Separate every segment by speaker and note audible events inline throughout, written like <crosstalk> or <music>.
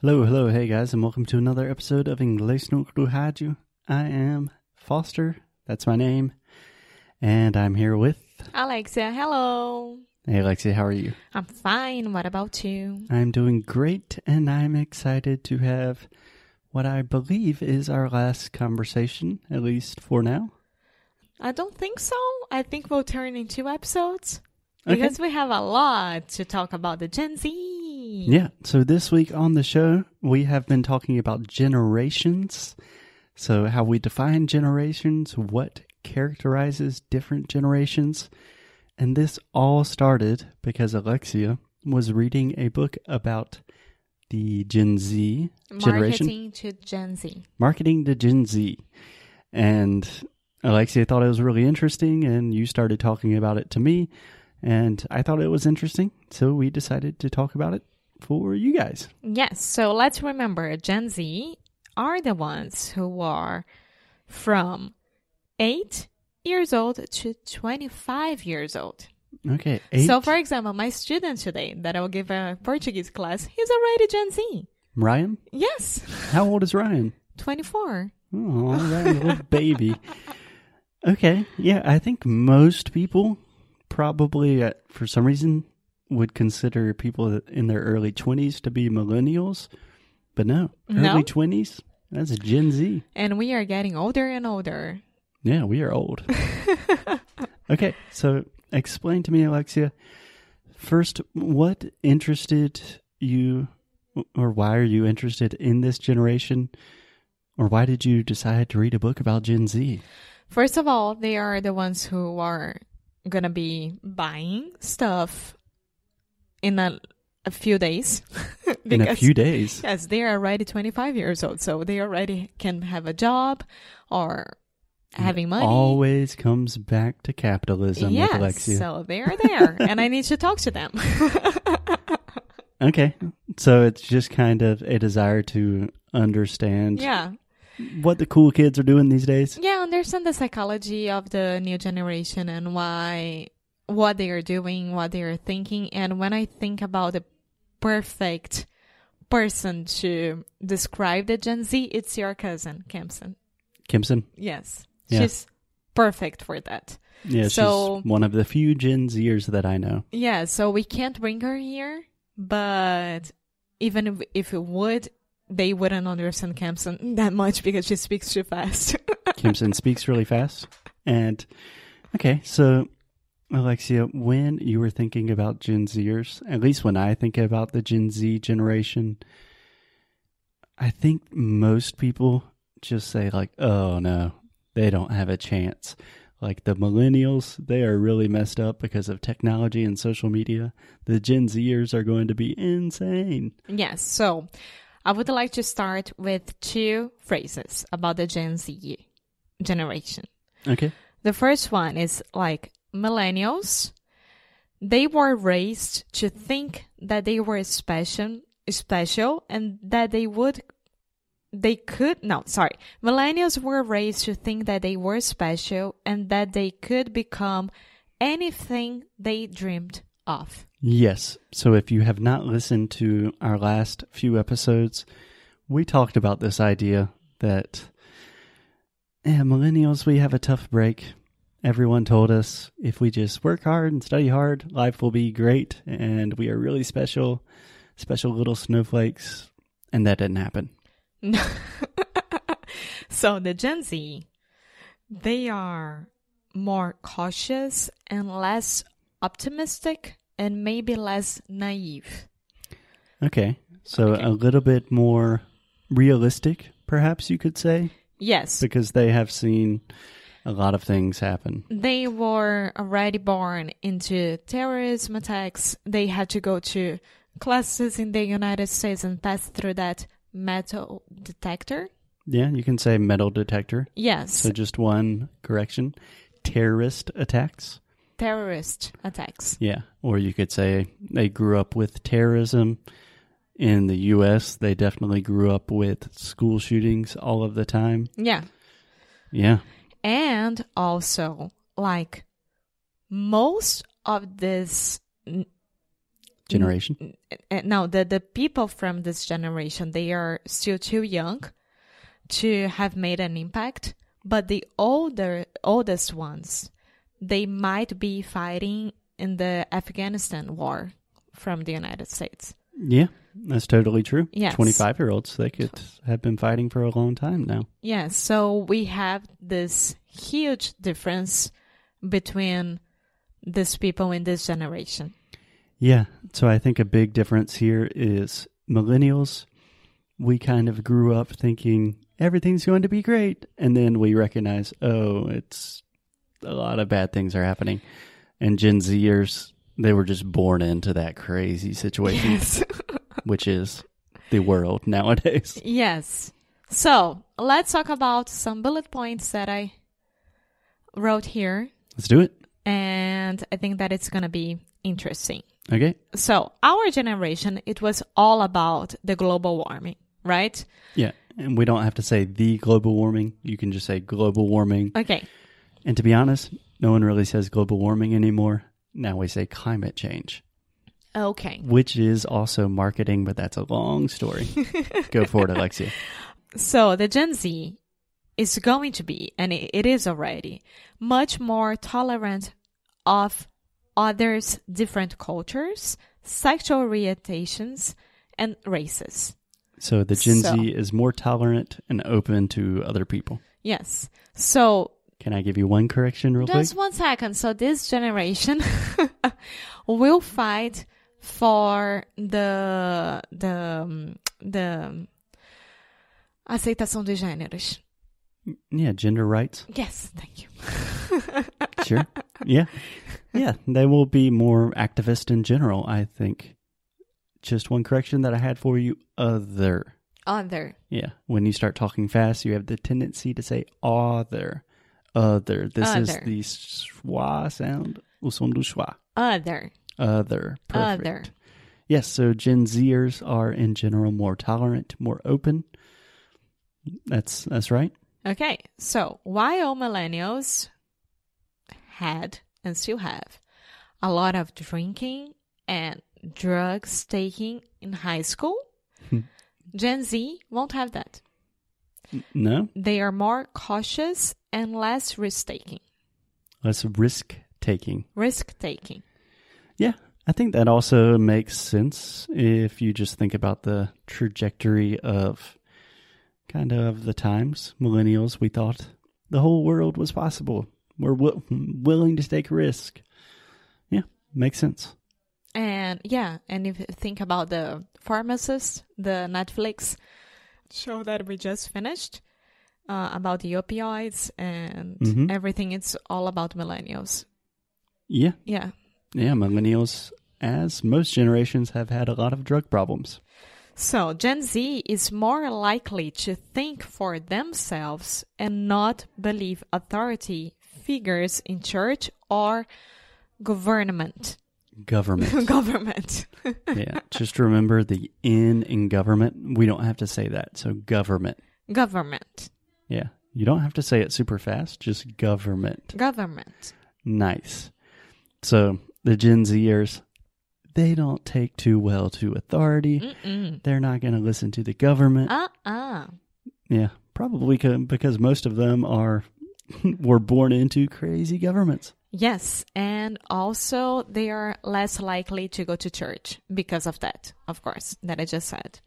Speaker 1: Hello, hello, hey guys, and welcome to another episode of Inglês no Rádio. I am Foster, that's my name, and I'm here with.
Speaker 2: Alexia, hello.
Speaker 1: Hey, Alexia, how are you?
Speaker 2: I'm fine. What about you?
Speaker 1: I'm doing great, and I'm excited to have what I believe is our last conversation, at least for now.
Speaker 2: I don't think so. I think we'll turn in two episodes
Speaker 1: Okay.
Speaker 2: because we have a lot to talk about the Gen Z.
Speaker 1: Yeah, so this week on the show, we have been talking about generations. So, how we define generations, what characterizes different generations. And this all started because Alexia was reading a book about the Gen Z generation,
Speaker 2: Marketing to Gen Z.
Speaker 1: marketing to Gen Z. And Alexia thought it was really interesting, and you started talking about it to me. And I thought it was interesting, so we decided to talk about it for you guys.
Speaker 2: Yes, so let's remember Gen Z are the ones who are from 8 years old to 25 years old.
Speaker 1: Okay. Eight.
Speaker 2: So, for example, my student today that I'll give a Portuguese class, he's already Gen Z.
Speaker 1: Ryan,
Speaker 2: Yes,
Speaker 1: how old is Ryan?
Speaker 2: 24.
Speaker 1: Oh, Ryan, little baby. Okay. Yeah, I think most people probably, uh, for some reason, would consider people in their early 20s to be millennials. But no,
Speaker 2: No?
Speaker 1: early 20s, that's Gen Z.
Speaker 2: And we are getting older and older.
Speaker 1: Yeah, we are
Speaker 2: <laughs>
Speaker 1: old. okay, so explain to me, Alexia. First, what interested you, or why are you interested in this generation, or why did you decide to read a book about Gen Z?
Speaker 2: First of all, they are the ones who are going to be buying stuff in a, a few days. <laughs>
Speaker 1: In a
Speaker 2: Because-
Speaker 1: few days.
Speaker 2: <laughs> Yes, they are already 25 years old, so they already can have a job or having money.
Speaker 1: Mm, Always comes back to capitalism
Speaker 2: yes,
Speaker 1: with Alexia.
Speaker 2: so they are there, and I need to talk
Speaker 1: <laughs>
Speaker 2: to them. <laughs>
Speaker 1: Okay, so it's just kind of a desire to understand
Speaker 2: yeah.
Speaker 1: what the cool kids are doing these days.
Speaker 2: yeah understand the psychology of the new generation and why what they are doing what they are thinking and when i think about the perfect person to describe the gen z it's your cousin Kempson.
Speaker 1: Kimson,
Speaker 2: yes
Speaker 1: Yeah.
Speaker 2: she's perfect for that
Speaker 1: yeah,
Speaker 2: So-
Speaker 1: she's one of the few Gen Zers that I know.
Speaker 2: yeah so we can't bring her here but even if, if we would they wouldn't understand Kempson <laughs> that much because she speaks too fast
Speaker 1: Kimson speaks really fast. And okay, so Alexia, when you were thinking about Gen Zers, at least when I think about the Gen Z generation, I think most people just say like, "Oh no, they don't have a chance." Like the millennials, they are really messed up because of technology and social media. The Gen Zers are going to be insane.
Speaker 2: Yes, so I would like to start with two phrases about the Gen Z generation.
Speaker 1: Okay.
Speaker 2: The first one is like millennials. They were raised to think that they were special, special, and that they would, they could. No, sorry. Millennials were raised to think that they were special and that they could become anything they dreamed of.
Speaker 1: Yes. So if you have not listened to our last few episodes, we talked about this idea that yeah, millennials, we have a tough break. Everyone told us if we just work hard and study hard, life will be great and we are really special, special little snowflakes. And that didn't happen.
Speaker 2: <laughs> So the Gen Z, they are more cautious and less optimistic and maybe less naive.
Speaker 1: Okay. So a little bit more realistic, perhaps you could say,
Speaker 2: Yes,
Speaker 1: because they have seen a lot of things happen.
Speaker 2: they were already born into terrorism attacks. They had to go to classes in the United States and pass through that metal detector.
Speaker 1: Yeah, you can say metal detector.
Speaker 2: Yes,
Speaker 1: So just one correction. Terrorist attacks.
Speaker 2: terrorist attacks.
Speaker 1: Yeah. Or you could say they grew up with terrorism. In the US, they definitely grew up with school shootings all of the time.
Speaker 2: Yeah.
Speaker 1: Yeah.
Speaker 2: and also like most of this n-
Speaker 1: generation.
Speaker 2: uh, no the the people from this generation they are still too young to have made an impact but the older oldest ones they might be fighting in the afghanistan war from the united states
Speaker 1: Yeah, that's totally true.
Speaker 2: Yes.
Speaker 1: 25 year olds, they could have been fighting for a long time now.
Speaker 2: yeah so we have this huge difference between these people in this generation
Speaker 1: Yeah. So I think a big difference here is millennials, we kind of grew up thinking everything's going to be great. And then we recognize, oh, it's a lot of bad things are happening. And Gen Zers, they were just born into that crazy situation,
Speaker 2: yes
Speaker 1: <laughs> which is the world
Speaker 2: <laughs>
Speaker 1: nowadays.
Speaker 2: Yes. So let's talk about some bullet points that I wrote here.
Speaker 1: Let's do it.
Speaker 2: And I think that it's going to be interesting.
Speaker 1: Okay.
Speaker 2: So, our generation, it was all about the global warming, right?
Speaker 1: Yeah. And we don't have to say the global warming. You can just say global warming.
Speaker 2: Okay.
Speaker 1: And to be honest, no one really says global warming anymore. Now we say climate change,
Speaker 2: Okay.
Speaker 1: which is also marketing, but that's a long
Speaker 2: <laughs>
Speaker 1: story. Go for it, Alexia.
Speaker 2: So, the Gen Z is going to be, and it it is already, much more tolerant of others' different cultures, sexual orientations, and races.
Speaker 1: So the Gen
Speaker 2: So-
Speaker 1: Z is more tolerant and open to other people.
Speaker 2: Yes. So
Speaker 1: Can I give you one correction real
Speaker 2: just
Speaker 1: quick?
Speaker 2: one second. So this generation <laughs> will fight for the the um, the um, aceitação dos gêneros.
Speaker 1: Yeah, gender rights.
Speaker 2: Yes, thank you. <laughs>
Speaker 1: Sure.
Speaker 2: Oh.
Speaker 1: yeah. Yeah. They will be more activist in general, I think. Just one correction that I had for you other.
Speaker 2: Other.
Speaker 1: Yeah. When you start talking fast, you have the tendency to say other. Other. This
Speaker 2: Other.
Speaker 1: is the schwa sound. O som do schwa.
Speaker 2: Other.
Speaker 1: Other. Perfect.
Speaker 2: Other.
Speaker 1: Yes. So Gen Zers are in general more tolerant, more open. That's that's right.
Speaker 2: Okay, so while millennials had and still have a lot of drinking and drugs taking in high school,
Speaker 1: Hmm.
Speaker 2: Gen Z won't have that.
Speaker 1: No,
Speaker 2: They are more cautious and less risk taking.
Speaker 1: less risk taking.
Speaker 2: Risk taking.
Speaker 1: Yeah, I think that also makes sense if you just think about the trajectory of kind of the times. Millennials, we thought the whole world was possible. We're w- willing to take risk. Yeah, makes sense.
Speaker 2: And yeah, and if you think about the pharmacist, the Netflix show that we just finished uh, about the opioids and
Speaker 1: Mhm.
Speaker 2: everything, it's all about millennials.
Speaker 1: Yeah,
Speaker 2: Yeah.
Speaker 1: yeah, millennials, as most generations, have had a lot of drug problems.
Speaker 2: So Gen Z is more likely to think for themselves and not believe authority figures in church or government.
Speaker 1: Government.
Speaker 2: <laughs> government.
Speaker 1: yeah, just remember the N in government. We don't have to say that. So, government.
Speaker 2: government.
Speaker 1: Yeah, you don't have to say it super fast, just government.
Speaker 2: Government.
Speaker 1: Nice. So the Gen Zers, they don't take too well to authority.
Speaker 2: Mm. Mm-mm.
Speaker 1: They're not going to listen to the government.
Speaker 2: Uh-uh.
Speaker 1: yeah, probably c- because most of them are <laughs> were born into crazy governments.
Speaker 2: Yes, and also they are less likely to go to church because of that, of course, that I just said.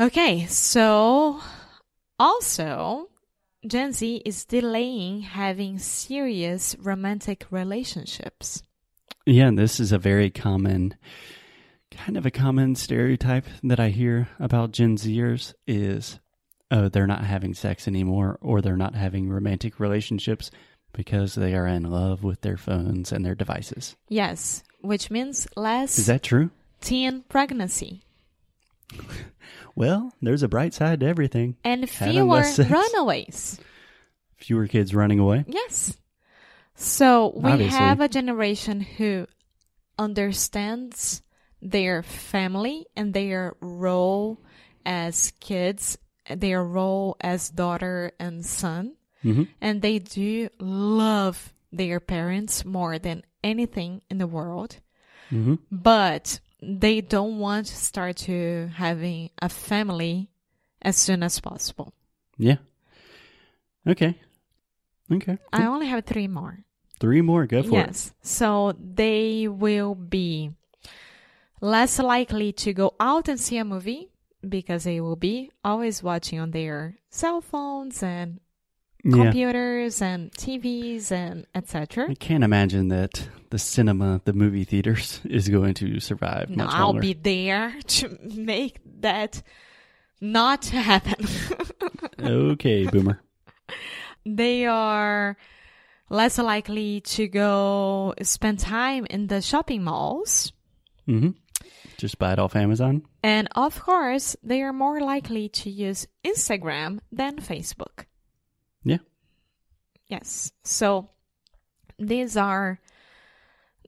Speaker 2: Okay, so also Gen Z is delaying having serious romantic relationships.
Speaker 1: Yeah, and this is a very common kind of a common stereotype that I hear about Gen Zers is oh, they're not having sex anymore or they're not having romantic relationships because they are in love with their phones and their devices.
Speaker 2: Yes, which means less
Speaker 1: Is that true?
Speaker 2: teen pregnancy
Speaker 1: Well, there's a bright side to everything.
Speaker 2: and
Speaker 1: Having
Speaker 2: fewer
Speaker 1: less sex.
Speaker 2: runaways.
Speaker 1: Fewer kids running away.
Speaker 2: Yes. So we
Speaker 1: Obviously.
Speaker 2: have a generation who understands their family and their role as kids, their role as daughter and son,
Speaker 1: Mhm.
Speaker 2: and they do love their parents more than anything in the world.
Speaker 1: hmm
Speaker 2: but they don't want to start to having a family as soon as possible.
Speaker 1: Yeah. Okay. Okay.
Speaker 2: I only have three more.
Speaker 1: Three more. Go for
Speaker 2: yes. So they will be less likely to go out and see a movie because they will be always watching on their cell phones and
Speaker 1: it. Yeah.
Speaker 2: computers and TVs and etc.
Speaker 1: I can't imagine that the cinema, the movie theaters, <laughs> is going to survive
Speaker 2: No,
Speaker 1: much
Speaker 2: I'll
Speaker 1: longer.
Speaker 2: be there <laughs> to make that not happen. <laughs>
Speaker 1: okay, boomer.
Speaker 2: they are less likely to go spend time in the shopping malls.
Speaker 1: hmm Just buy it off Amazon.
Speaker 2: And of course, they are more likely to use Instagram than Facebook.
Speaker 1: Yeah.
Speaker 2: Yes. So these are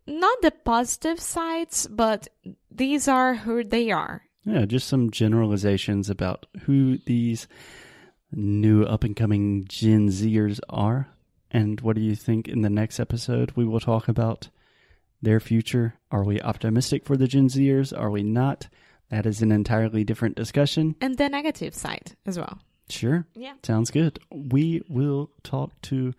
Speaker 2: not the positive sides, but these are who they are.
Speaker 1: Yeah, just some generalizations about who these new up and coming Gen Zers are. And what do you think in the next episode? We will talk about their future. Are we optimistic for the Gen Zers? Are we not? That is an entirely different discussion.
Speaker 2: And the negative side as well.
Speaker 1: Sure.
Speaker 2: Yeah.
Speaker 1: Sounds good. We will talk to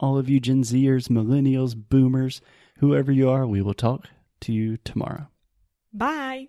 Speaker 1: all of you Gen Zers, millennials, boomers, whoever you are. We will talk to you tomorrow.
Speaker 2: Bye.